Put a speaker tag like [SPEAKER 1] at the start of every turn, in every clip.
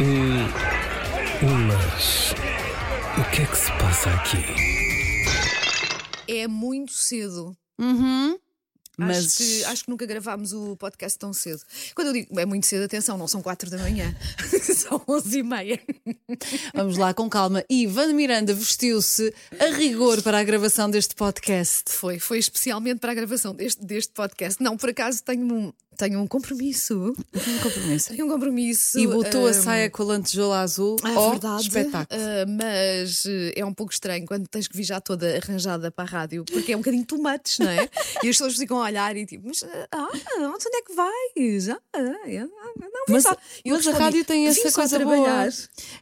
[SPEAKER 1] Hum, mas o que é que se passa aqui?
[SPEAKER 2] É muito cedo.
[SPEAKER 3] Uhum. Mas
[SPEAKER 2] Acho, que, acho que nunca gravámos o podcast tão cedo. Quando eu digo é muito cedo, atenção, não são 4 da manhã, são 11 e meia.
[SPEAKER 3] vamos lá com calma. Ivan Miranda vestiu-se a rigor para a gravação deste podcast.
[SPEAKER 2] Foi, foi especialmente para a gravação deste, deste podcast. Não, por acaso tenho um, tenho um compromisso.
[SPEAKER 3] Um compromisso. Ehm,
[SPEAKER 2] Tenho um compromisso. hum,
[SPEAKER 3] E botou a
[SPEAKER 2] ahm,
[SPEAKER 3] saia com a lantejola azul.
[SPEAKER 2] É
[SPEAKER 3] oh,
[SPEAKER 2] verdade,
[SPEAKER 3] espetáculo.
[SPEAKER 2] ah, mas eh, é um pouco estranho quando tens que vir já toda arranjada para a rádio, porque é um bocadinho tomates, não é? e as pessoas ficam a olhar e tipo, mas ah, ah, onde é que vais? Ah, ah, ah, não, vim
[SPEAKER 3] Mas,
[SPEAKER 2] só- E eu
[SPEAKER 3] mas a
[SPEAKER 2] respondi,
[SPEAKER 3] rádio tem
[SPEAKER 2] "Vim
[SPEAKER 3] essa
[SPEAKER 2] só
[SPEAKER 3] coisa boa.
[SPEAKER 2] trabalhar."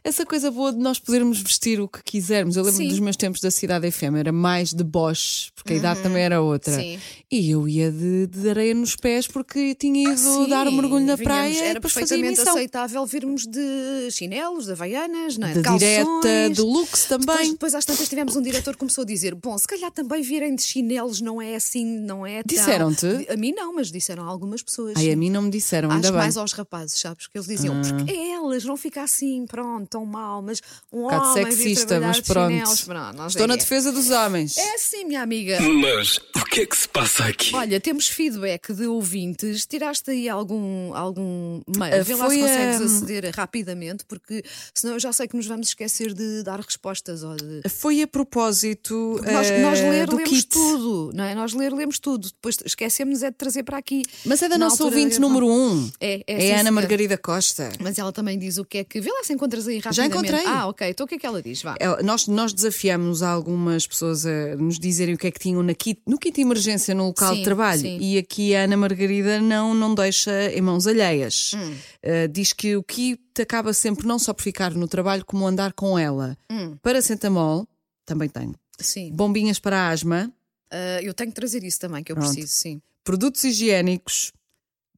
[SPEAKER 3] Essa coisa boa de nós podermos vestir o que quisermos. Eu lembro
[SPEAKER 2] Sim.
[SPEAKER 3] dos meus tempos da cidade FM, era mais de boche, porque a idade também era outra.
[SPEAKER 2] Sim.
[SPEAKER 3] E eu ia de, de areia nos pés porque tinha ido
[SPEAKER 2] Sim,
[SPEAKER 3] dar um mergulho na
[SPEAKER 2] vinhamos-
[SPEAKER 3] praia e
[SPEAKER 2] Era
[SPEAKER 3] depois fazia
[SPEAKER 2] perfeitamente
[SPEAKER 3] emissão.
[SPEAKER 2] aceitável virmos de chinelos, de havaianas, não é?
[SPEAKER 3] Da direta,
[SPEAKER 2] calções.
[SPEAKER 3] do
[SPEAKER 2] Depois,
[SPEAKER 3] Lux também.
[SPEAKER 2] depois às tantas tivemos um diretor que começou a dizer: Bom, se calhar também virem de chinelos não é assim, não é tão-"
[SPEAKER 3] Disseram-te?
[SPEAKER 2] A mim não, mas disseram a algumas pessoas.
[SPEAKER 3] Ai, é a
[SPEAKER 2] sim.
[SPEAKER 3] mim não me disseram,
[SPEAKER 2] Acho
[SPEAKER 3] ainda bem. Ah.
[SPEAKER 2] mais aos rapazes, sabes? Que eles diziam, porque é elas não fica assim, pronto, tão mal, mas um
[SPEAKER 3] bocado
[SPEAKER 2] homem vir
[SPEAKER 3] sexista,
[SPEAKER 2] trabalhar
[SPEAKER 3] mas
[SPEAKER 2] de
[SPEAKER 3] pronto.
[SPEAKER 2] chinelos, pronto, não sei
[SPEAKER 3] Estou na
[SPEAKER 2] quê.
[SPEAKER 3] defesa dos homens.
[SPEAKER 2] É assim, minha amiga.
[SPEAKER 1] Mas o que é que se passa aqui?
[SPEAKER 2] Olha, temos feedback de ouvintes. Tiraste aí algum, algum
[SPEAKER 3] Ah,
[SPEAKER 2] mail? Vê lá
[SPEAKER 3] foi,
[SPEAKER 2] se consegues
[SPEAKER 3] ah,
[SPEAKER 2] aceder rapidamente, porque senão eu já sei que nos vamos esquecer de dar respostas. Ou de...
[SPEAKER 3] Foi a propósito
[SPEAKER 2] Nós,
[SPEAKER 3] eh,
[SPEAKER 2] nós ler
[SPEAKER 3] do
[SPEAKER 2] lemos
[SPEAKER 3] kit.
[SPEAKER 2] tudo, não é? Nós ler lemos tudo. Depois esquecemos é de trazer para aqui.
[SPEAKER 3] Mas é da
[SPEAKER 2] Na
[SPEAKER 3] nossa
[SPEAKER 2] altura
[SPEAKER 3] ouvinte
[SPEAKER 2] da gravação.
[SPEAKER 3] número um.
[SPEAKER 2] É, é,
[SPEAKER 3] a
[SPEAKER 2] sim,
[SPEAKER 3] Ana
[SPEAKER 2] senhora.
[SPEAKER 3] Margarida Costa.
[SPEAKER 2] Mas ela também diz o que é que. Vê lá se encontras aí
[SPEAKER 3] Já
[SPEAKER 2] rapidamente.
[SPEAKER 3] encontrei.
[SPEAKER 2] Ah, ok. Então o que é que ela diz? Vá.
[SPEAKER 3] Ela- Nós, nós desafiamos algumas pessoas a nos dizerem o que é que tinham na kit- no kit de emergência no local
[SPEAKER 2] Sim,
[SPEAKER 3] de trabalho.
[SPEAKER 2] sim.
[SPEAKER 3] E aqui a Ana Margarida não, não deixa em mãos alheias.
[SPEAKER 2] Hum.
[SPEAKER 3] Uh, diz que o kit acaba sempre não só por ficar no trabalho, como andar com ela.
[SPEAKER 2] Hum.
[SPEAKER 3] Para Sentamol, também tenho.
[SPEAKER 2] Sim.
[SPEAKER 3] Bombinhas para asma,
[SPEAKER 2] Ah, eu tenho que trazer isso também, que eu
[SPEAKER 3] Pronto.
[SPEAKER 2] preciso, sim.
[SPEAKER 3] produtos higiênicos,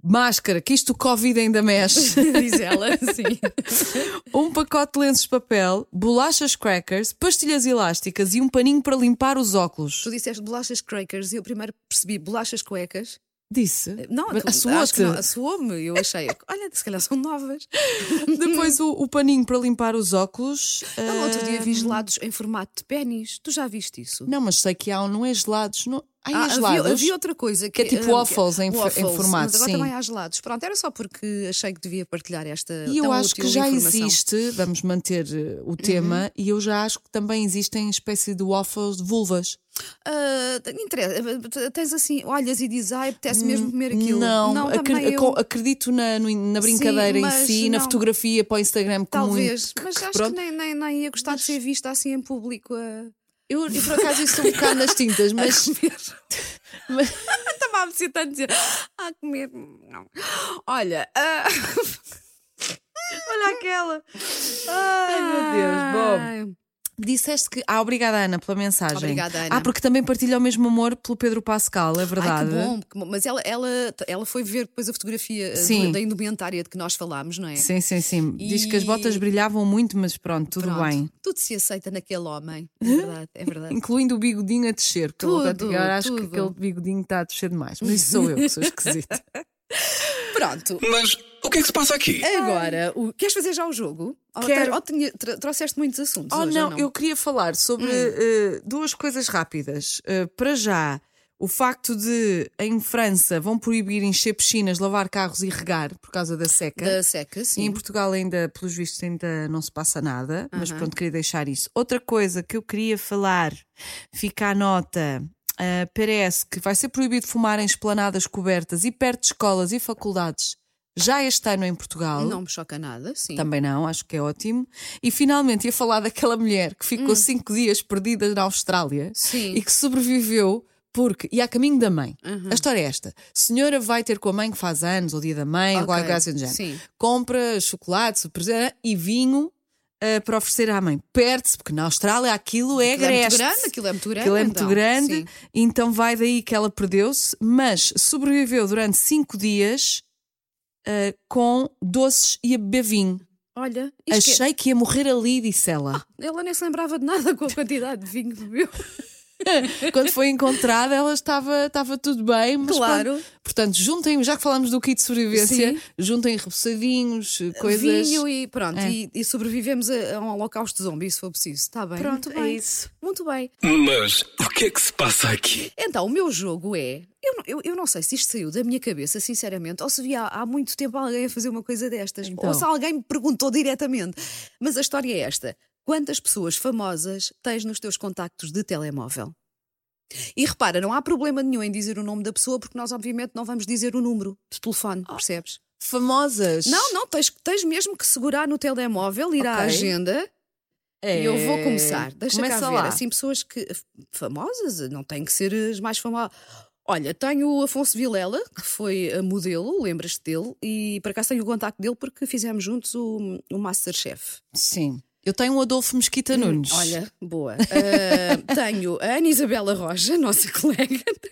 [SPEAKER 3] máscara, que isto o Covid ainda mexe.
[SPEAKER 2] diz ela, sim.
[SPEAKER 3] um pacote de lenços de papel, bolachas crackers, pastilhas elásticas e um paninho para limpar os óculos.
[SPEAKER 2] Tu disseste bolachas crackers e eu primeiro percebi bolachas cuecas.
[SPEAKER 3] Disse.
[SPEAKER 2] Eh, Não,
[SPEAKER 3] Mas
[SPEAKER 2] tu- acho
[SPEAKER 3] assoou-te.
[SPEAKER 2] que não, assoou-me. Eu achei, olha, se calhar são novas.
[SPEAKER 3] Depois o, o paninho para limpar os óculos.
[SPEAKER 2] Não, outro dia vi
[SPEAKER 3] ah,
[SPEAKER 2] gelados em formato de pênis. Tu já viste isso?
[SPEAKER 3] Não, mas sei que há um, não é gelados. Não... Ai,
[SPEAKER 2] Ah,
[SPEAKER 3] é
[SPEAKER 2] havia,
[SPEAKER 3] gelados.
[SPEAKER 2] havia outra coisa que,
[SPEAKER 3] é tipo
[SPEAKER 2] ah,
[SPEAKER 3] waffles em f- em formato,
[SPEAKER 2] mas agora
[SPEAKER 3] sim.
[SPEAKER 2] também há gelados. Pronto, era só porque achei que devia partilhar esta.
[SPEAKER 3] E eu
[SPEAKER 2] tão
[SPEAKER 3] acho
[SPEAKER 2] útil
[SPEAKER 3] que já
[SPEAKER 2] informação. Uhum.
[SPEAKER 3] existe, vamos manter eh, o tema, e eu já acho que também existem espécie de waffles de vulvas.
[SPEAKER 2] Ah, te- interessa, tens assim, olhas e dizes, ai, apetece mesmo comer aquilo.
[SPEAKER 3] Hum, Não, acre-
[SPEAKER 2] também eu,
[SPEAKER 3] aco- acredito na, no- na brincadeira em
[SPEAKER 2] mas
[SPEAKER 3] si, na
[SPEAKER 2] não.
[SPEAKER 3] fotografia para o Instagram como
[SPEAKER 2] talvez, mas acho
[SPEAKER 3] pronto.
[SPEAKER 2] que nem, nem, nem ia gostar de ser vista assim em público a,
[SPEAKER 3] Eu, eu, por acaso isso um bocado nas tintas,
[SPEAKER 2] a
[SPEAKER 3] mas,
[SPEAKER 2] comer.
[SPEAKER 3] mas-
[SPEAKER 2] Estava a me sentar a dizer, ah, comer. Não. Olha, ah, olha aquela.
[SPEAKER 3] Ai, disseste que. Ah, obrigada, Ana, pela mensagem.
[SPEAKER 2] Obrigada, Ana.
[SPEAKER 3] Ah, porque também partilha o mesmo amor pelo Pedro Pascal, é
[SPEAKER 2] Ai,
[SPEAKER 3] verdade.
[SPEAKER 2] que bom, que bom. Mas ela, ela, ela foi ver depois a fotografia ah, do-
[SPEAKER 3] Sim.
[SPEAKER 2] da indumentária de que nós falámos, não é?
[SPEAKER 3] Sim, sim, sim. Diz que as
[SPEAKER 2] E-
[SPEAKER 3] botas brilhavam muito, mas pronto, tudo
[SPEAKER 2] Pronto.
[SPEAKER 3] bem.
[SPEAKER 2] Tudo se aceita naquele homem. É verdade, é verdade.
[SPEAKER 3] Incluindo o bigodinho a descer, porque eu
[SPEAKER 2] Tudo,
[SPEAKER 3] agora acho que
[SPEAKER 2] tudo.
[SPEAKER 3] aquele bigodinho está a descer demais. Mas isso sou eu que sou esquisita.
[SPEAKER 2] Pronto.
[SPEAKER 1] Mas o que é que se passa aqui?
[SPEAKER 2] Agora, o- queres fazer já o jogo? Ou
[SPEAKER 3] Quero.
[SPEAKER 2] tra- ou tinha- tra- trouxeste muitos assuntos?
[SPEAKER 3] Oh,
[SPEAKER 2] hoje,
[SPEAKER 3] não,
[SPEAKER 2] ou
[SPEAKER 3] eu queria falar
[SPEAKER 2] Hum.
[SPEAKER 3] sobre eh, duas coisas rápidas. Eh, para já, o facto de em França vão proibir encher piscinas, lavar carros e regar por causa da seca.
[SPEAKER 2] Da seca,
[SPEAKER 3] E em
[SPEAKER 2] sim.
[SPEAKER 3] Portugal ainda, pelos vistos, ainda não se passa nada, mas
[SPEAKER 2] Aham.
[SPEAKER 3] pronto, queria deixar isso. Outra coisa que eu queria falar, fica a nota. ah, parece que vai ser proibido fumar em esplanadas cobertas e perto de escolas e faculdades já este ano em Portugal.
[SPEAKER 2] Não me choca nada, sim.
[SPEAKER 3] Também não, acho que é ótimo. E finalmente ia falar daquela mulher que ficou cinco dias perdida na Austrália
[SPEAKER 2] Hum. Sim.
[SPEAKER 3] e que sobreviveu porque ia a caminho da mãe.
[SPEAKER 2] Uhum.
[SPEAKER 3] A história é esta: senhora vai ter com a mãe que faz anos, ou dia da mãe, ou
[SPEAKER 2] Ok,
[SPEAKER 3] qualquer coisa do género.
[SPEAKER 2] sim.
[SPEAKER 3] Compra chocolate, surpresa e vinho eh, para oferecer à mãe. Perde-se, porque na Austrália aquilo é
[SPEAKER 2] Aquilo é muito
[SPEAKER 3] agreste.
[SPEAKER 2] grande, aquilo é muito grande.
[SPEAKER 3] Aquilo é muito
[SPEAKER 2] então,
[SPEAKER 3] grande,
[SPEAKER 2] sim.
[SPEAKER 3] então vai daí que ela perdeu-se, mas sobreviveu durante cinco dias ah, com doces e a beber vinho.
[SPEAKER 2] Olha, isto é, que é-
[SPEAKER 3] Achei que ia morrer ali, disse ela.
[SPEAKER 2] ela nem se lembrava de nada com a quantidade de vinho que bebeu.
[SPEAKER 3] Quando foi encontrada, ela estava, estava tudo bem, mas
[SPEAKER 2] Claro.
[SPEAKER 3] pronto. Portanto, juntem, já que falámos do kit de sobrevivência,
[SPEAKER 2] Sim.
[SPEAKER 3] juntem repousadinhos, coisas.
[SPEAKER 2] Vinho e pronto,
[SPEAKER 3] É.
[SPEAKER 2] e, e sobrevivemos a, a um holocausto zombie, se for preciso. Está bem.
[SPEAKER 3] Pronto,
[SPEAKER 2] muito
[SPEAKER 3] é
[SPEAKER 2] bem.
[SPEAKER 3] isso.
[SPEAKER 2] Muito bem.
[SPEAKER 1] Mas o que é que se passa aqui?
[SPEAKER 2] Então, o meu jogo é. Eu, não- eu, eu não sei se isto saiu da minha cabeça, sinceramente, ou se vi há, há muito tempo alguém a fazer uma coisa destas,
[SPEAKER 3] Então.
[SPEAKER 2] ou se alguém me perguntou diretamente. Mas a história é esta: quantas pessoas famosas tens nos teus contactos de telemóvel? E repara, não há problema nenhum em dizer o nome da pessoa, porque nós, obviamente, não vamos dizer o número de telefone,
[SPEAKER 3] Oh.
[SPEAKER 2] percebes?
[SPEAKER 3] Famosas.
[SPEAKER 2] Não, não, tens, tens mesmo que segurar no telemóvel, ir à
[SPEAKER 3] Ok.
[SPEAKER 2] agenda
[SPEAKER 3] É.
[SPEAKER 2] e eu vou começar. Deixa
[SPEAKER 3] Começa
[SPEAKER 2] cá ver.
[SPEAKER 3] lá.
[SPEAKER 2] Assim, pessoas que f- famosas, não têm que ser as mais famosas. Olha, tenho o Afonso Vilela, que foi a modelo, lembras-te dele, e para cá tenho o contacto dele porque fizemos juntos o, o Masterchef.
[SPEAKER 3] Sim. Eu tenho o Adolfo Mesquita Nunes.
[SPEAKER 2] Hum, Olha, boa. Ah, tenho a Ana Isabela Roja, nossa colega.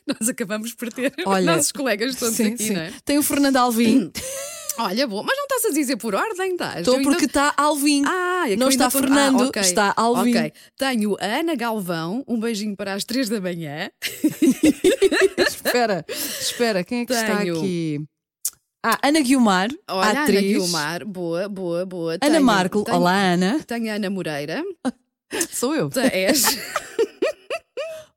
[SPEAKER 2] Nós acabamos por ter
[SPEAKER 3] Olha,
[SPEAKER 2] nossos colegas todos
[SPEAKER 3] Sim,
[SPEAKER 2] aqui,
[SPEAKER 3] sim.
[SPEAKER 2] não é?
[SPEAKER 3] Tem o Fernando Alvim.
[SPEAKER 2] Olha, boa. Mas não estás a dizer por ordem, estás? Eu
[SPEAKER 3] Estou
[SPEAKER 2] ainda-
[SPEAKER 3] porque está Alvim.
[SPEAKER 2] Ah, é que
[SPEAKER 3] Não
[SPEAKER 2] eu ainda
[SPEAKER 3] está
[SPEAKER 2] tô-
[SPEAKER 3] Fernando,
[SPEAKER 2] ok.
[SPEAKER 3] está Alvin.
[SPEAKER 2] Ok. Tenho a Ana Galvão, um beijinho para as três da manhã.
[SPEAKER 3] Espera, espera, quem é que está
[SPEAKER 2] Tenho.
[SPEAKER 3] aqui? Ah, Ana Guiomar,
[SPEAKER 2] Olha,
[SPEAKER 3] atriz.
[SPEAKER 2] Ana Guilmar, boa, boa, boa.
[SPEAKER 3] Ana
[SPEAKER 2] Tenho-
[SPEAKER 3] Marco,
[SPEAKER 2] tenho-
[SPEAKER 3] olá Ana,
[SPEAKER 2] Tenho a Ana Moreira.
[SPEAKER 3] sou eu.
[SPEAKER 2] Te- És.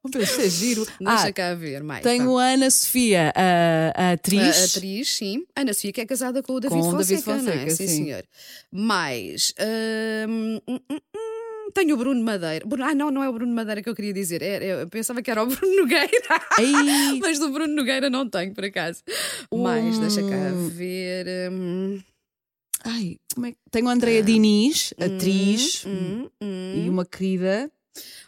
[SPEAKER 3] Oh, meu, Isso é giro.
[SPEAKER 2] Deixa
[SPEAKER 3] Ah,
[SPEAKER 2] cá ver mais.
[SPEAKER 3] tenho a Ana Sofia, a, a
[SPEAKER 2] vá.
[SPEAKER 3] atriz.
[SPEAKER 2] A atriz, sim. Ana Sofia, que é casada com o David
[SPEAKER 3] Com o David
[SPEAKER 2] Fonseca, não é?
[SPEAKER 3] Fonseca,
[SPEAKER 2] Sim,
[SPEAKER 3] sim.
[SPEAKER 2] senhor. Mais. hum, hum, hum, hum, tenho o Bruno Madeira. Bruno- ah, não, não é o Bruno Madeira que eu queria dizer. É- é- eu pensava que era o Bruno Nogueira.
[SPEAKER 3] Ei,
[SPEAKER 2] Mas do Bruno Nogueira não tenho, por acaso. Mais, deixa cá ver. hum,
[SPEAKER 3] ai, como é que- Tenho a Andrea Diniz, atriz
[SPEAKER 2] Ah. hum, hum.
[SPEAKER 3] e uma querida.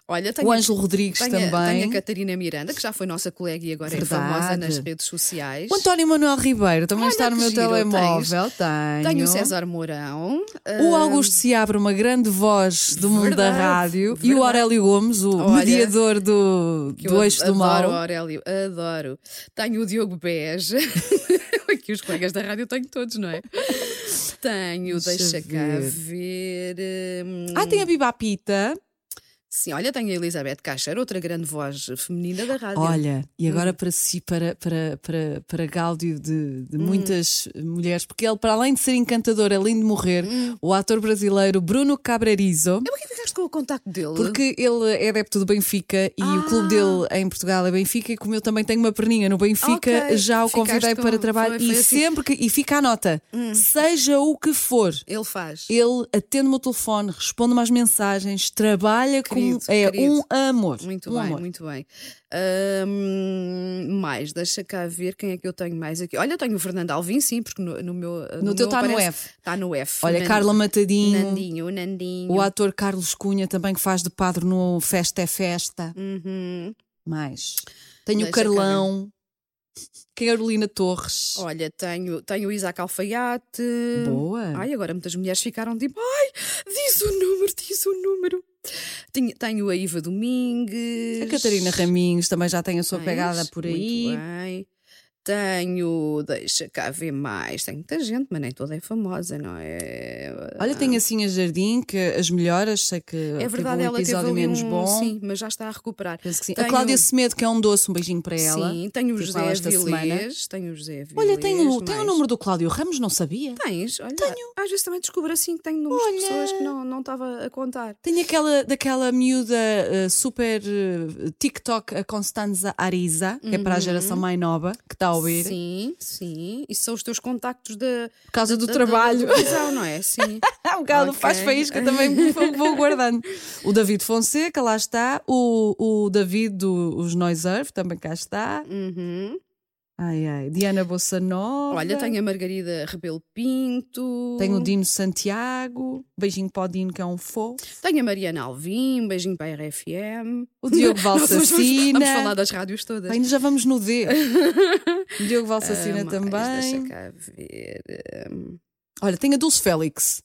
[SPEAKER 2] Olha, tenho,
[SPEAKER 3] o Ângelo Rodrigues
[SPEAKER 2] tenho-
[SPEAKER 3] também.
[SPEAKER 2] tenho a Catarina Miranda, que já foi nossa colega e agora é famosa
[SPEAKER 3] Verdade.
[SPEAKER 2] nas redes sociais.
[SPEAKER 3] O António Manuel Ribeiro também
[SPEAKER 2] Olha
[SPEAKER 3] está no
[SPEAKER 2] que
[SPEAKER 3] meu
[SPEAKER 2] giro,
[SPEAKER 3] telemóvel. Tenho.
[SPEAKER 2] Tenho o César Mourão. ah,
[SPEAKER 3] O Augusto se abre uma grande voz do mundo da
[SPEAKER 2] Verdade,
[SPEAKER 3] rádio e
[SPEAKER 2] verdade.
[SPEAKER 3] o Aurélio Gomes, o
[SPEAKER 2] Olha,
[SPEAKER 3] mediador do,
[SPEAKER 2] que
[SPEAKER 3] do
[SPEAKER 2] eu
[SPEAKER 3] eixo do
[SPEAKER 2] adoro o
[SPEAKER 3] mal.
[SPEAKER 2] Aurélio, adoro. Tenho o Diogo Beja. Aqui os colegas da rádio eu tenho todos, não é? Tenho,
[SPEAKER 3] Deixa
[SPEAKER 2] deixa, cá ver. hum,
[SPEAKER 3] Ah, tem a Biba Pita.
[SPEAKER 2] Sim, olha, tenho a Elizabeth Caixer, outra grande voz feminina da rádio.
[SPEAKER 3] Olha, e
[SPEAKER 2] Uhum.
[SPEAKER 3] agora para si, para, para, para, para Gáudio de,
[SPEAKER 2] Uhum.
[SPEAKER 3] de muitas mulheres, porque ele, para além de ser encantador, além de morrer,
[SPEAKER 2] Uhum.
[SPEAKER 3] o ator brasileiro Bruno Cabrerizo,
[SPEAKER 2] Porquê é que Ah! ficaste com o contacto dele?
[SPEAKER 3] porque ele é adepto do Benfica e o clube dele em Portugal é Benfica, e como eu também tenho uma perninha no Benfica,
[SPEAKER 2] Ok,
[SPEAKER 3] já o
[SPEAKER 2] ficaste
[SPEAKER 3] convidei
[SPEAKER 2] com-
[SPEAKER 3] para trabalho
[SPEAKER 2] foi- foi
[SPEAKER 3] e
[SPEAKER 2] assim. Hum.
[SPEAKER 3] sempre que. E fica a nota: seja o que for.
[SPEAKER 2] ele faz.
[SPEAKER 3] Ele atende-me o telefone, responde-me às mensagens, trabalha
[SPEAKER 2] Querido,
[SPEAKER 3] com. É
[SPEAKER 2] querido.
[SPEAKER 3] um amor.
[SPEAKER 2] Muito
[SPEAKER 3] um
[SPEAKER 2] bem,
[SPEAKER 3] amor.
[SPEAKER 2] muito bem. Ahm, mais, deixa cá ver quem é que eu tenho mais aqui. Olha, eu tenho o Fernando Alvim, sim, porque no, no meu.
[SPEAKER 3] No teu tá no F.
[SPEAKER 2] Está no F.
[SPEAKER 3] Olha,
[SPEAKER 2] Nan-
[SPEAKER 3] Carla Matadinho.
[SPEAKER 2] Nandinho, Nandinho.
[SPEAKER 3] O ator Carlos Cunha também que faz de padre no Festa é Festa.
[SPEAKER 2] Uhum.
[SPEAKER 3] Mais. Tenho o
[SPEAKER 2] Deixa cá
[SPEAKER 3] Carlão. Carolina Torres.
[SPEAKER 2] Olha, tenho, tenho o Isaac Alfaiate.
[SPEAKER 3] Boa.
[SPEAKER 2] Ai, agora muitas mulheres ficaram tipo, ai, diz o número, diz o número. Tenho, tenho a Iva Domingues.
[SPEAKER 3] A Catarina Raminhos também já tem a sua
[SPEAKER 2] Mais,
[SPEAKER 3] pegada por aí.
[SPEAKER 2] Ah, é Muito bem. Tenho, deixa cá ver mais. Tenho muita gente, mas nem toda é famosa, não é?
[SPEAKER 3] Olha, tem assim a Jardim, que as melhoras, sei que
[SPEAKER 2] é verdade,
[SPEAKER 3] teve um
[SPEAKER 2] ela teve
[SPEAKER 3] episódio
[SPEAKER 2] ali
[SPEAKER 3] menos
[SPEAKER 2] um-
[SPEAKER 3] bom.
[SPEAKER 2] Sim, mas já está a recuperar.
[SPEAKER 3] Penso que sim. A
[SPEAKER 2] Tenho-
[SPEAKER 3] Cláudia Semedo, que é um doce, um beijinho para ela.
[SPEAKER 2] Sim, tenho o
[SPEAKER 3] Tive com
[SPEAKER 2] José
[SPEAKER 3] ela esta
[SPEAKER 2] Avilés. Tenho o José Avilés.
[SPEAKER 3] Olha, tem o, tem o
[SPEAKER 2] mais.
[SPEAKER 3] número do Cláudio Ramos, não sabia.
[SPEAKER 2] Tens, olha. Tenho. Às vezes também descubro assim que tenho números
[SPEAKER 3] Olha.
[SPEAKER 2] de pessoas que não, não estava a contar.
[SPEAKER 3] Tem aquela daquela miúda eh, super eh, TikTok, a Constanza Ariza, que é para a geração mais nova, que está a ouvir,
[SPEAKER 2] Uhum. Sim, sim. Isso são os teus contactos da,
[SPEAKER 3] por causa do
[SPEAKER 2] da- da-
[SPEAKER 3] trabalho.
[SPEAKER 2] Da, televisão, não é? Sim.
[SPEAKER 3] Há um bocado
[SPEAKER 2] Ok.
[SPEAKER 3] faz faísca também que vou- vou guardando. O David Fonseca, lá está. O, o David dos Noise Earth, também cá está.
[SPEAKER 2] Uhum.
[SPEAKER 3] Ai, ai. Diana Bolsanova.
[SPEAKER 2] Olha, tenho a Margarida Rebelo Pinto.
[SPEAKER 3] Tenho o Dino Santiago. Beijinho para o Dino, que é um fofo.
[SPEAKER 2] Tenho a Mariana Alvim, um beijinho para a RFM.
[SPEAKER 3] O Diogo
[SPEAKER 2] Nós vamos-
[SPEAKER 3] Valsacina.
[SPEAKER 2] Vamos falar das rádios todas.
[SPEAKER 3] Ainda já vamos no D. Diogo Valsacina
[SPEAKER 2] Ah, mais,
[SPEAKER 3] também.
[SPEAKER 2] Deixa cá ver. hum.
[SPEAKER 3] Olha, tem a Dulce Félix,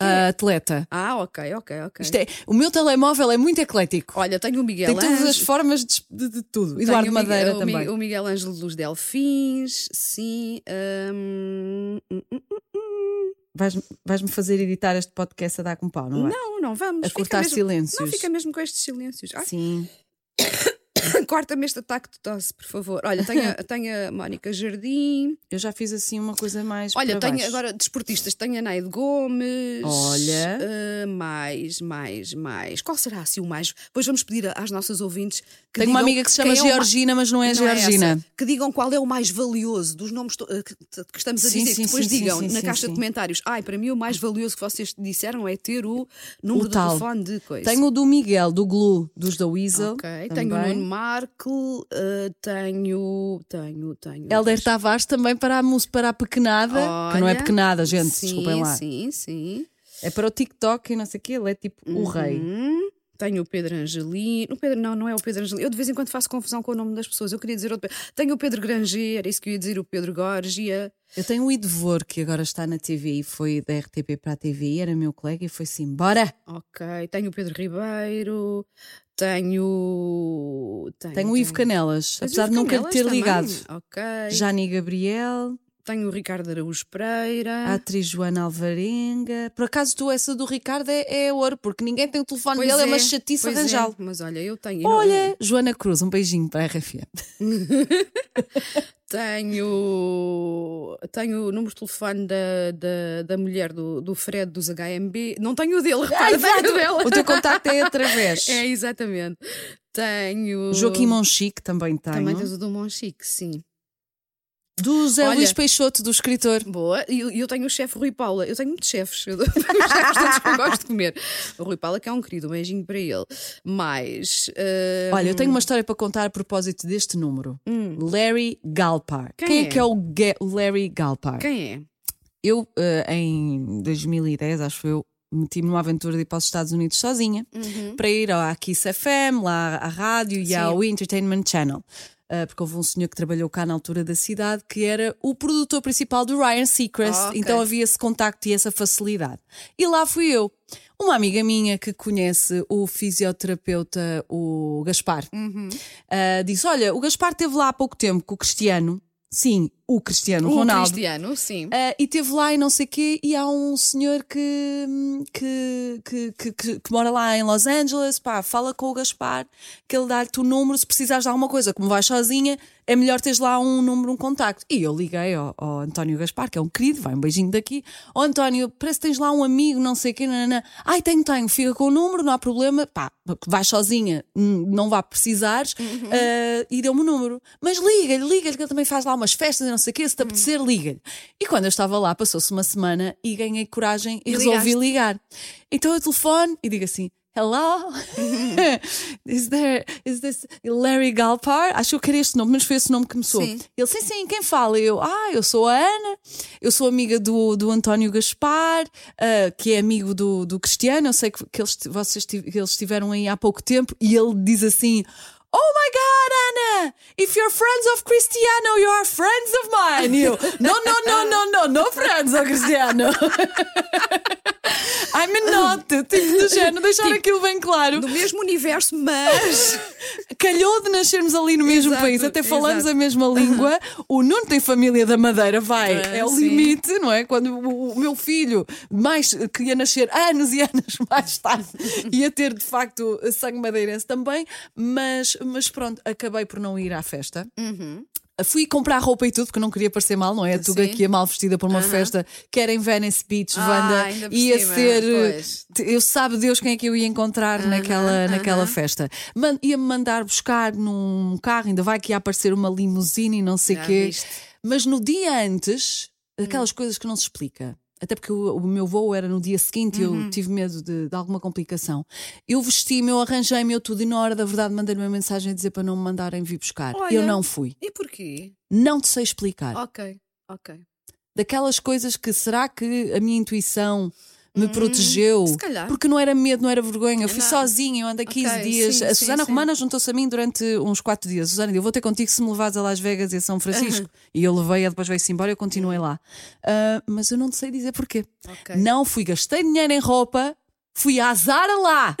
[SPEAKER 3] a atleta.
[SPEAKER 2] Ah, ok, ok, ok.
[SPEAKER 3] Isto é, o meu telemóvel é muito eclético.
[SPEAKER 2] Olha, tenho o Miguel
[SPEAKER 3] tem todas as
[SPEAKER 2] Ângelo-
[SPEAKER 3] formas de, de- de tudo.
[SPEAKER 2] tenho
[SPEAKER 3] Eduardo
[SPEAKER 2] o Miguel-
[SPEAKER 3] Madeira
[SPEAKER 2] o Mi-
[SPEAKER 3] também.
[SPEAKER 2] O Miguel Ângelo dos Delfins, sim. hum, hum, hum, hum, hum.
[SPEAKER 3] Vais-me vais-me fazer editar este podcast a dar com pau, não é?
[SPEAKER 2] Não, não vamos.
[SPEAKER 3] a
[SPEAKER 2] fica
[SPEAKER 3] cortar
[SPEAKER 2] mesmo-
[SPEAKER 3] silêncios.
[SPEAKER 2] Não, fica mesmo com estes silêncios. Ai,
[SPEAKER 3] Sim.
[SPEAKER 2] Ah, Corta-me este ataque de tosse, por favor. Olha, tenho, a- tenho a Mónica Jardim.
[SPEAKER 3] Eu já fiz assim uma coisa mais.
[SPEAKER 2] Olha,
[SPEAKER 3] para
[SPEAKER 2] tenho
[SPEAKER 3] baixo.
[SPEAKER 2] agora desportistas. Tenho a Naide Gomes.
[SPEAKER 3] Olha.
[SPEAKER 2] Ah, mais, mais, mais. Qual será assim o mais? Pois vamos pedir a- às nossas ouvintes que
[SPEAKER 3] Tenho uma
[SPEAKER 2] digam
[SPEAKER 3] amiga que se chama
[SPEAKER 2] quem é o ma-
[SPEAKER 3] Georgina, mas não é
[SPEAKER 2] Não é essa.
[SPEAKER 3] Georgina.
[SPEAKER 2] que digam qual é o mais valioso dos nomes to- eh, que, que estamos a
[SPEAKER 3] Sim,
[SPEAKER 2] dizer.
[SPEAKER 3] sim,
[SPEAKER 2] que depois
[SPEAKER 3] sim,
[SPEAKER 2] digam
[SPEAKER 3] sim, sim,
[SPEAKER 2] na
[SPEAKER 3] sim,
[SPEAKER 2] caixa
[SPEAKER 3] sim.
[SPEAKER 2] de comentários. Ai, para mim o mais valioso que vocês disseram é ter o número
[SPEAKER 3] O
[SPEAKER 2] de
[SPEAKER 3] tal.
[SPEAKER 2] telefone de coisa.
[SPEAKER 3] Tenho o do Miguel, do Glue, dos da Weasel.
[SPEAKER 2] Ok, tenho o
[SPEAKER 3] também.
[SPEAKER 2] Nuno Marco, eh, tenho, tenho, tenho.
[SPEAKER 3] Helder Tavares também para a, mus- para a pequenada, que não é
[SPEAKER 2] Olha,
[SPEAKER 3] pequenada, gente,
[SPEAKER 2] sim,
[SPEAKER 3] desculpem lá.
[SPEAKER 2] Sim, sim.
[SPEAKER 3] É para o TikTok e não sei o quê, ele é tipo o rei.
[SPEAKER 2] Uhum. Tenho o Pedro Angelino. O Pedro, não, não é o Pedro Angelino. Eu de vez em quando faço confusão com o nome das pessoas. Eu queria dizer outro. Pedro. Tenho o Pedro Granger, era isso que eu ia dizer, o Pedro Gorgia.
[SPEAKER 3] Eu tenho o Idevor, que agora está na TV e foi da RTP para a TV, era meu colega e foi assim: bora!
[SPEAKER 2] Ah, Ok. Tenho o Pedro Ribeiro. Tenho.
[SPEAKER 3] Tenho o Ivo Canelas,
[SPEAKER 2] Tens o
[SPEAKER 3] apesar
[SPEAKER 2] então. Ivo
[SPEAKER 3] de nunca lhe
[SPEAKER 2] Canelas
[SPEAKER 3] ter
[SPEAKER 2] também?
[SPEAKER 3] ligado.
[SPEAKER 2] Ok.
[SPEAKER 3] Jani Gabriel,
[SPEAKER 2] Tenho o Ricardo Araújo Pereira.
[SPEAKER 3] a atriz Joana Alvarenga. Por acaso tu, essa do Ricardo é, é ouro, porque ninguém tem o telefone
[SPEAKER 2] Pois
[SPEAKER 3] dele, é, uma
[SPEAKER 2] é,
[SPEAKER 3] chatice
[SPEAKER 2] pois é,
[SPEAKER 3] arranjá-lo.
[SPEAKER 2] Mas olha, eu tenho.
[SPEAKER 3] Olha, Joana Cruz, um beijinho para a RFM.
[SPEAKER 2] Tenho, tenho o número de telefone da, da, da mulher do, do Fred dos HMB. Não tenho o dele, repara, tenho o dela.
[SPEAKER 3] O teu contacto é através.
[SPEAKER 2] É, exatamente. Tenho.
[SPEAKER 3] Joaquim Monchique também tem.
[SPEAKER 2] Também tens o do Monchique, sim.
[SPEAKER 3] Do Zé
[SPEAKER 2] Olha.
[SPEAKER 3] Luís Peixoto, do escritor.
[SPEAKER 2] Boa. E eu, eu tenho o chefe Rui Paula. Eu tenho muitos chefes. Eu dou- os chefes todos que eu gosto de comer. O Rui Paula, que é um querido, um beijinho para ele. Mas. ah,
[SPEAKER 3] Olha, eu tenho uma história para contar a propósito deste número.
[SPEAKER 2] hum,
[SPEAKER 3] Larry Galpar.
[SPEAKER 2] Quem
[SPEAKER 3] é
[SPEAKER 2] é?
[SPEAKER 3] que é o Ga- Larry Galpar?
[SPEAKER 2] quem é?
[SPEAKER 3] Eu, eh, em 2010, acho eu, meti-me numa aventura de ir para os Estados Unidos sozinha para ir à Kiss FM, lá à rádio e
[SPEAKER 2] Uhum. Sim.
[SPEAKER 3] ao Entertainment Channel. Eh, porque houve um senhor que trabalhou cá na altura da cidade que era o produtor principal do Ryan Seacrest.
[SPEAKER 2] Ah, ok.
[SPEAKER 3] Então havia esse contacto e essa facilidade. E lá fui eu. Uma amiga minha que conhece o fisioterapeuta, o Gaspar,
[SPEAKER 2] Uhum.
[SPEAKER 3] eh, disse: Olha, o Gaspar esteve lá há pouco tempo com o Cristiano. Sim, o Cristiano
[SPEAKER 2] O
[SPEAKER 3] Ronaldo.
[SPEAKER 2] Cristiano, sim.
[SPEAKER 3] Ah, e teve lá e não sei quê, e há um senhor que, que, que, que- que- que mora lá em Los Angeles, pá, fala com o Gaspar, que ele dá-te o número se precisares de alguma coisa, como vais sozinha, é melhor teres lá um número, um contacto. E eu liguei ao, ao António Gaspar, que é um querido, vai um beijinho daqui. Ó António, parece que tens lá um amigo, não sei quê, nananã. Ai, tenho, tenho, fica com o número, não há problema, pá, vais sozinha, hum, não vá precisares, Ah, e deu-me o número. Mas liga-lhe, liga-lhe, que ele também faz lá umas festas e não sei o quê, se te apetecer, liga-lhe. E quando eu estava lá, passou-se uma semana e ganhei coragem
[SPEAKER 2] E
[SPEAKER 3] e resolvi
[SPEAKER 2] ligaste?
[SPEAKER 3] ligar. Então eu telefono e digo assim. Hello? is there, is this Larry Galpar? Acho que eu queria este nome, mas foi esse nome que me soube.
[SPEAKER 2] Sim.
[SPEAKER 3] Ele, sim, sim, quem fala? Eu, ah, eu sou a Ana, eu sou amiga do, do António Gaspar, ah, que é amigo do, do Cristiano, eu sei que, que eles, ti- vocês ti- que eles estiveram aí há pouco tempo, e ele diz assim: Oh my God, Ana, if you're friends of Cristiano, you are friends of mine. E eu, no, no, no, no, no, no friends of Cristiano. I'm not, tipo do género, deixar aquilo bem claro.
[SPEAKER 2] Do mesmo universo, mas.
[SPEAKER 3] Calhou de nascermos ali no mesmo
[SPEAKER 2] Exato,
[SPEAKER 3] país, até falamos
[SPEAKER 2] exato.
[SPEAKER 3] a mesma língua. O Nuno tem família da Madeira, vai,
[SPEAKER 2] Ah,
[SPEAKER 3] é o
[SPEAKER 2] sim.
[SPEAKER 3] limite, não é? Quando o, o meu filho, mais que ia nascer anos e anos mais tarde, ia ter de facto sangue madeirense também, mas, mas pronto, acabei por não ir à festa. Fui comprar roupa e tudo, porque não queria parecer mal, não é? A Tuga
[SPEAKER 2] Uhum. Sim.
[SPEAKER 3] que ia mal vestida para uma festa, que era em Venice Beach,
[SPEAKER 2] Ah,
[SPEAKER 3] Wanda,
[SPEAKER 2] ainda por
[SPEAKER 3] ia
[SPEAKER 2] cima,
[SPEAKER 3] ser.
[SPEAKER 2] pois.
[SPEAKER 3] Te- Eu sabe Deus quem é que eu ia encontrar naquela, naquela festa. Man- Ia-me mandar buscar num carro, ainda vai que ia aparecer uma limusine e não sei o
[SPEAKER 2] Já
[SPEAKER 3] quê.
[SPEAKER 2] viste. Hum.
[SPEAKER 3] Mas no dia antes, aquelas coisas que não se explica. Até porque o, o meu voo era no dia seguinte e
[SPEAKER 2] Uhum.
[SPEAKER 3] eu tive medo de, de alguma complicação. Eu vesti-me, eu arranjei-me, eu tudo, e na hora da verdade mandei-lhe uma mensagem a dizer para não me mandarem vir buscar.
[SPEAKER 2] Olha.
[SPEAKER 3] Eu não fui.
[SPEAKER 2] E porquê?
[SPEAKER 3] Não te sei explicar
[SPEAKER 2] Ok, ok.
[SPEAKER 3] daquelas coisas que será que a minha intuição me protegeu?
[SPEAKER 2] Hum, se calhar.
[SPEAKER 3] Porque não era medo, não era vergonha. Eu fui
[SPEAKER 2] Não.
[SPEAKER 3] sozinha, eu andei 15
[SPEAKER 2] Ok,
[SPEAKER 3] dias.
[SPEAKER 2] sim,
[SPEAKER 3] a
[SPEAKER 2] sim,
[SPEAKER 3] Susana
[SPEAKER 2] sim.
[SPEAKER 3] Romana juntou-se a mim durante uns 4 dias. Susana, eu vou ter contigo se me levares a Las Vegas e a São Francisco. e eu levei-a, depois veio-se embora e eu continuei lá. Ah, mas eu não te sei dizer porquê.
[SPEAKER 2] Ok.
[SPEAKER 3] Não fui, gastei dinheiro em roupa. Fui à Zara lá,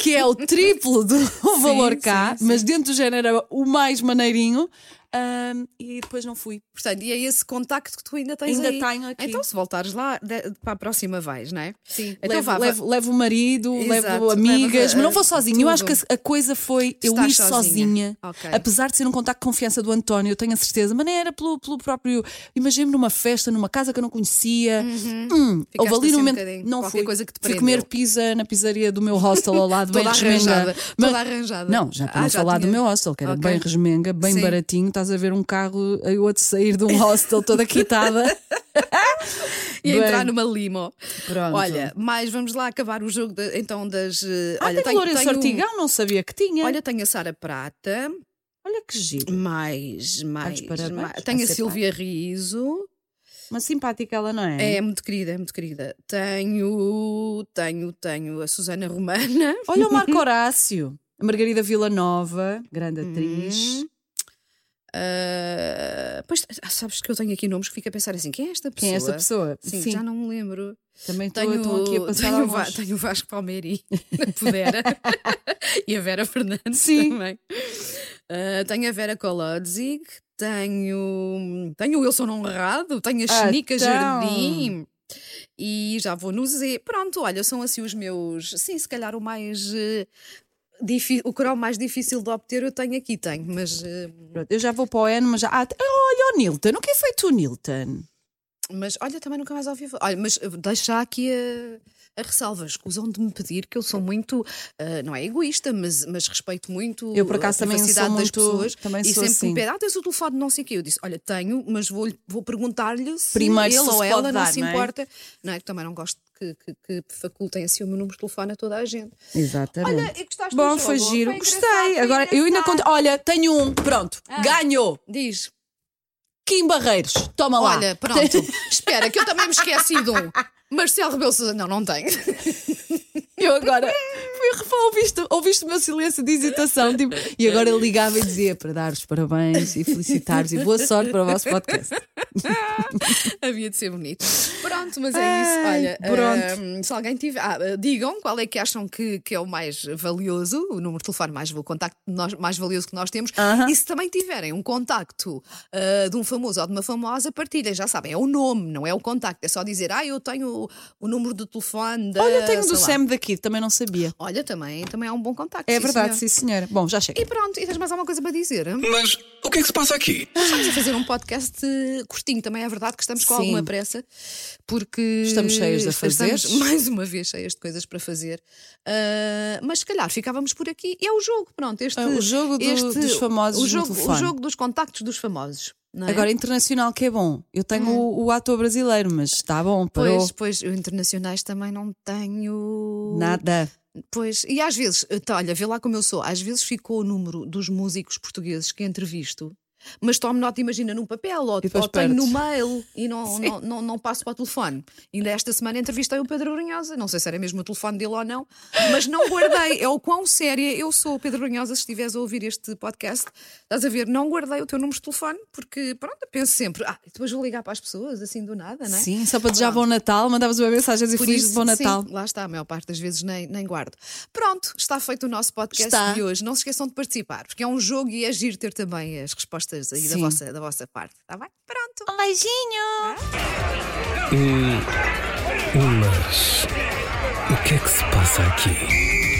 [SPEAKER 3] que é o triplo do valor cá,
[SPEAKER 2] sim, sim.
[SPEAKER 3] mas dentro do género era o mais maneirinho. Ah, Ahm, e depois não fui.
[SPEAKER 2] Portanto, e é esse contacto que tu ainda tens
[SPEAKER 3] Ainda
[SPEAKER 2] aí.
[SPEAKER 3] tenho aqui.
[SPEAKER 2] Então, se voltares lá, de- para a próxima vais, não é?
[SPEAKER 3] Sim,
[SPEAKER 2] Então
[SPEAKER 3] levo,
[SPEAKER 2] vá, vá.
[SPEAKER 3] levo- levo o marido,
[SPEAKER 2] Exato,
[SPEAKER 3] levo amigas,
[SPEAKER 2] leva,
[SPEAKER 3] mas não vou
[SPEAKER 2] eh,
[SPEAKER 3] sozinha. Eu acho que
[SPEAKER 2] tudo.
[SPEAKER 3] a, a coisa foi eu
[SPEAKER 2] Estás
[SPEAKER 3] ir
[SPEAKER 2] sozinha.
[SPEAKER 3] sozinha.
[SPEAKER 2] Ok.
[SPEAKER 3] Apesar de ser um contacto de confiança do António, eu tenho a certeza, mas não era pelo, pelo próprio. Imagino-me numa festa, numa casa que eu não conhecia. Hum,
[SPEAKER 2] Uhum. Ficaste
[SPEAKER 3] houve ali
[SPEAKER 2] assim um
[SPEAKER 3] no momento.
[SPEAKER 2] bocadinho,
[SPEAKER 3] não
[SPEAKER 2] qualquer
[SPEAKER 3] fui.
[SPEAKER 2] coisa que te
[SPEAKER 3] fui
[SPEAKER 2] prendeu.
[SPEAKER 3] comer pizza na pizzaria do meu hostel ao lado, bem
[SPEAKER 2] Toda
[SPEAKER 3] resmengada.
[SPEAKER 2] arranjada, toda arranjada.
[SPEAKER 3] Não, já para
[SPEAKER 2] Ah,
[SPEAKER 3] não
[SPEAKER 2] já
[SPEAKER 3] falar do
[SPEAKER 2] tinha-
[SPEAKER 3] meu hostel, que era
[SPEAKER 2] Ok.
[SPEAKER 3] bem resmenga, bem
[SPEAKER 2] Sim.
[SPEAKER 3] baratinho. Estás a ver um carro, eu outro sair de um hostel toda quitada.
[SPEAKER 2] E
[SPEAKER 3] Bem.
[SPEAKER 2] entrar numa limo.
[SPEAKER 3] Pronto.
[SPEAKER 2] Olha, mas vamos lá acabar o jogo da- então das. eh,
[SPEAKER 3] Ah,
[SPEAKER 2] olha,
[SPEAKER 3] tem Glória Sortigão, não sabia que tinha.
[SPEAKER 2] Olha, tenho a Sara Prata,
[SPEAKER 3] Olha que giro.
[SPEAKER 2] mais, mais,
[SPEAKER 3] parabéns,
[SPEAKER 2] mais.
[SPEAKER 3] vai
[SPEAKER 2] Tenho a
[SPEAKER 3] ser
[SPEAKER 2] Silvia Riso,
[SPEAKER 3] Mas simpática ela não
[SPEAKER 2] é.
[SPEAKER 3] é?
[SPEAKER 2] muito querida, é muito querida. Tenho, tenho, tenho a Susana Romana,
[SPEAKER 3] Olha o Marco Horácio. A Margarida Villanova, grande atriz.
[SPEAKER 2] Hum. Ah, pois ah, sabes que eu tenho aqui nomes que fico a pensar assim: quem é esta pessoa?
[SPEAKER 3] Quem é esta pessoa?
[SPEAKER 2] Sim, já não me lembro.
[SPEAKER 3] Também estou
[SPEAKER 2] Tenho,
[SPEAKER 3] estou aqui a passar um
[SPEAKER 2] tenho, o
[SPEAKER 3] alguns.
[SPEAKER 2] Va- tenho o Vasco Palmeiri, pudera, e a Vera Fernandes
[SPEAKER 3] Sim.
[SPEAKER 2] também. Ah, tenho a Vera Kolodzig, tenho, tenho o Wilson Honrado, tenho a
[SPEAKER 3] Ah,
[SPEAKER 2] Xenica
[SPEAKER 3] então.
[SPEAKER 2] Jardim. E já vou no Z. Pronto, olha, são assim os meus. Sim, se calhar o mais. eh, difí- o coral mais difícil de obter eu tenho aqui, tenho, mas, eh,
[SPEAKER 3] Pronto, eu já vou para o N, mas já. Ah, t- olha o Nilton. O que é feito o Nilton?
[SPEAKER 2] mas olha, também nunca mais ouvi falar. Olha, mas eh, deixa aqui a, a ressalva. Escusam de me pedir que eu sou muito, eh, não é egoísta, mas, mas respeito muito
[SPEAKER 3] Eu, por acaso,
[SPEAKER 2] a
[SPEAKER 3] também sou
[SPEAKER 2] privacidade das
[SPEAKER 3] muito-
[SPEAKER 2] pessoas.
[SPEAKER 3] também
[SPEAKER 2] e sempre
[SPEAKER 3] sou
[SPEAKER 2] me
[SPEAKER 3] assim.
[SPEAKER 2] pedem, ah, tens o telefone de não sei o quê. Eu disse, olha, tenho, mas vou, vou perguntar-lhe se
[SPEAKER 3] Primeiro se
[SPEAKER 2] ele
[SPEAKER 3] se
[SPEAKER 2] ou
[SPEAKER 3] pode
[SPEAKER 2] ela não
[SPEAKER 3] dar,
[SPEAKER 2] se
[SPEAKER 3] não é?
[SPEAKER 2] importa. Não é que também não gosto que, que, que facultem assim o meu número de telefone a toda a gente.
[SPEAKER 3] Exatamente.
[SPEAKER 2] Olha, e gostaste do
[SPEAKER 3] Bom,
[SPEAKER 2] jogo?
[SPEAKER 3] foi giro.
[SPEAKER 2] engraçado,
[SPEAKER 3] Gostei.
[SPEAKER 2] foi
[SPEAKER 3] Agora, eu ainda
[SPEAKER 2] engraçado.
[SPEAKER 3] conto. Olha, tenho um. Pronto. Ganhou.
[SPEAKER 2] Diz.
[SPEAKER 3] Kim Barreiros. Toma lá.
[SPEAKER 2] Olha, pronto. Espera, que eu também me esqueci de um. Marcelo Rebelo de Sousa. Não, não tenho.
[SPEAKER 3] Eu agora fui refa- ouviste, ouviste o meu silêncio de hesitação. tipo, e agora ligava e dizia para dar-vos parabéns e felicitar-vos e boa sorte para o vosso podcast.
[SPEAKER 2] Havia de ser bonito. Pronto, mas é isso.
[SPEAKER 3] Ai,
[SPEAKER 2] Olha,
[SPEAKER 3] pronto.
[SPEAKER 2] hum, se alguém tiver. ah, ah, digam qual é que acham que, que é o mais valioso, o número de telefone mais o contacto de nós- mais valioso que nós temos.
[SPEAKER 3] Aham.
[SPEAKER 2] E se também tiverem um contacto ah, de um famoso ou de uma famosa, partilhem. Já sabem, é o nome, não é o contacto. É só dizer, ah, eu tenho o, o número de telefone da.
[SPEAKER 3] Olha, tenho
[SPEAKER 2] Ah, sei
[SPEAKER 3] do
[SPEAKER 2] lá."
[SPEAKER 3] Sam daqui, também não sabia.
[SPEAKER 2] Olha, também, também é um bom contacto.
[SPEAKER 3] É
[SPEAKER 2] sim,
[SPEAKER 3] verdade,
[SPEAKER 2] senhor.
[SPEAKER 3] sim, senhora. Bom, já chega.
[SPEAKER 2] E pronto, e tens mais alguma coisa para dizer?
[SPEAKER 1] Mas o que é que se passa aqui?
[SPEAKER 2] Estamos a fazer um podcast eh, curtinho, também é verdade que estamos com
[SPEAKER 3] Sim.
[SPEAKER 2] alguma pressa, porque
[SPEAKER 3] Estamos cheias de
[SPEAKER 2] estamos
[SPEAKER 3] afazeres.
[SPEAKER 2] mais uma vez cheias de coisas para fazer. Ah, mas se calhar ficávamos por aqui. E é o jogo, pronto. Este,
[SPEAKER 3] Ah, o jogo do-
[SPEAKER 2] este-
[SPEAKER 3] dos famosos
[SPEAKER 2] o
[SPEAKER 3] no
[SPEAKER 2] jogo, o
[SPEAKER 3] telefone.
[SPEAKER 2] jogo dos contactos dos famosos. não é?
[SPEAKER 3] Agora, internacional, que é bom. Eu tenho o, o ator brasileiro, mas está bom, parou.
[SPEAKER 2] Hum. Pois, pois, eu internacionais também não tenho.
[SPEAKER 3] Nada.
[SPEAKER 2] Pois, e às vezes, tá, olha, vê lá como eu sou, às vezes ficou o número dos músicos portugueses que entrevisto, mas tomo nota, imagina, num papel ou,
[SPEAKER 3] depois
[SPEAKER 2] ou tenho no
[SPEAKER 3] perdes.
[SPEAKER 2] mail e não, não, não, não passo para o telefone. Ainda esta semana entrevistei o Pedro Brunhosa, não sei se era mesmo o telefone dele ou não, mas não guardei. É o quão séria eu sou, Pedro Brunhosa, se estiveres a ouvir este podcast, estás a ver, não guardei o teu número de telefone, porque, pronto, penso sempre, ah, depois vou ligar para as pessoas, assim do nada, não é?
[SPEAKER 3] Sim, só para "Ah, desejar bom Natal, mandavas uma mensagem e
[SPEAKER 2] Por
[SPEAKER 3] feliz
[SPEAKER 2] isso,
[SPEAKER 3] bom Natal.
[SPEAKER 2] Sim, lá está, a maior parte das vezes nem, nem guardo. Pronto, está feito o nosso podcast
[SPEAKER 3] Está.
[SPEAKER 2] de hoje. Não se esqueçam de participar, porque é um jogo e é giro ter também as respostas aí da
[SPEAKER 3] Sim.
[SPEAKER 2] vossa, da vossa parte. Está bem? Pronto.
[SPEAKER 3] Um
[SPEAKER 2] Ah,
[SPEAKER 3] beijinho!
[SPEAKER 1] Mas o que é que se passa aqui?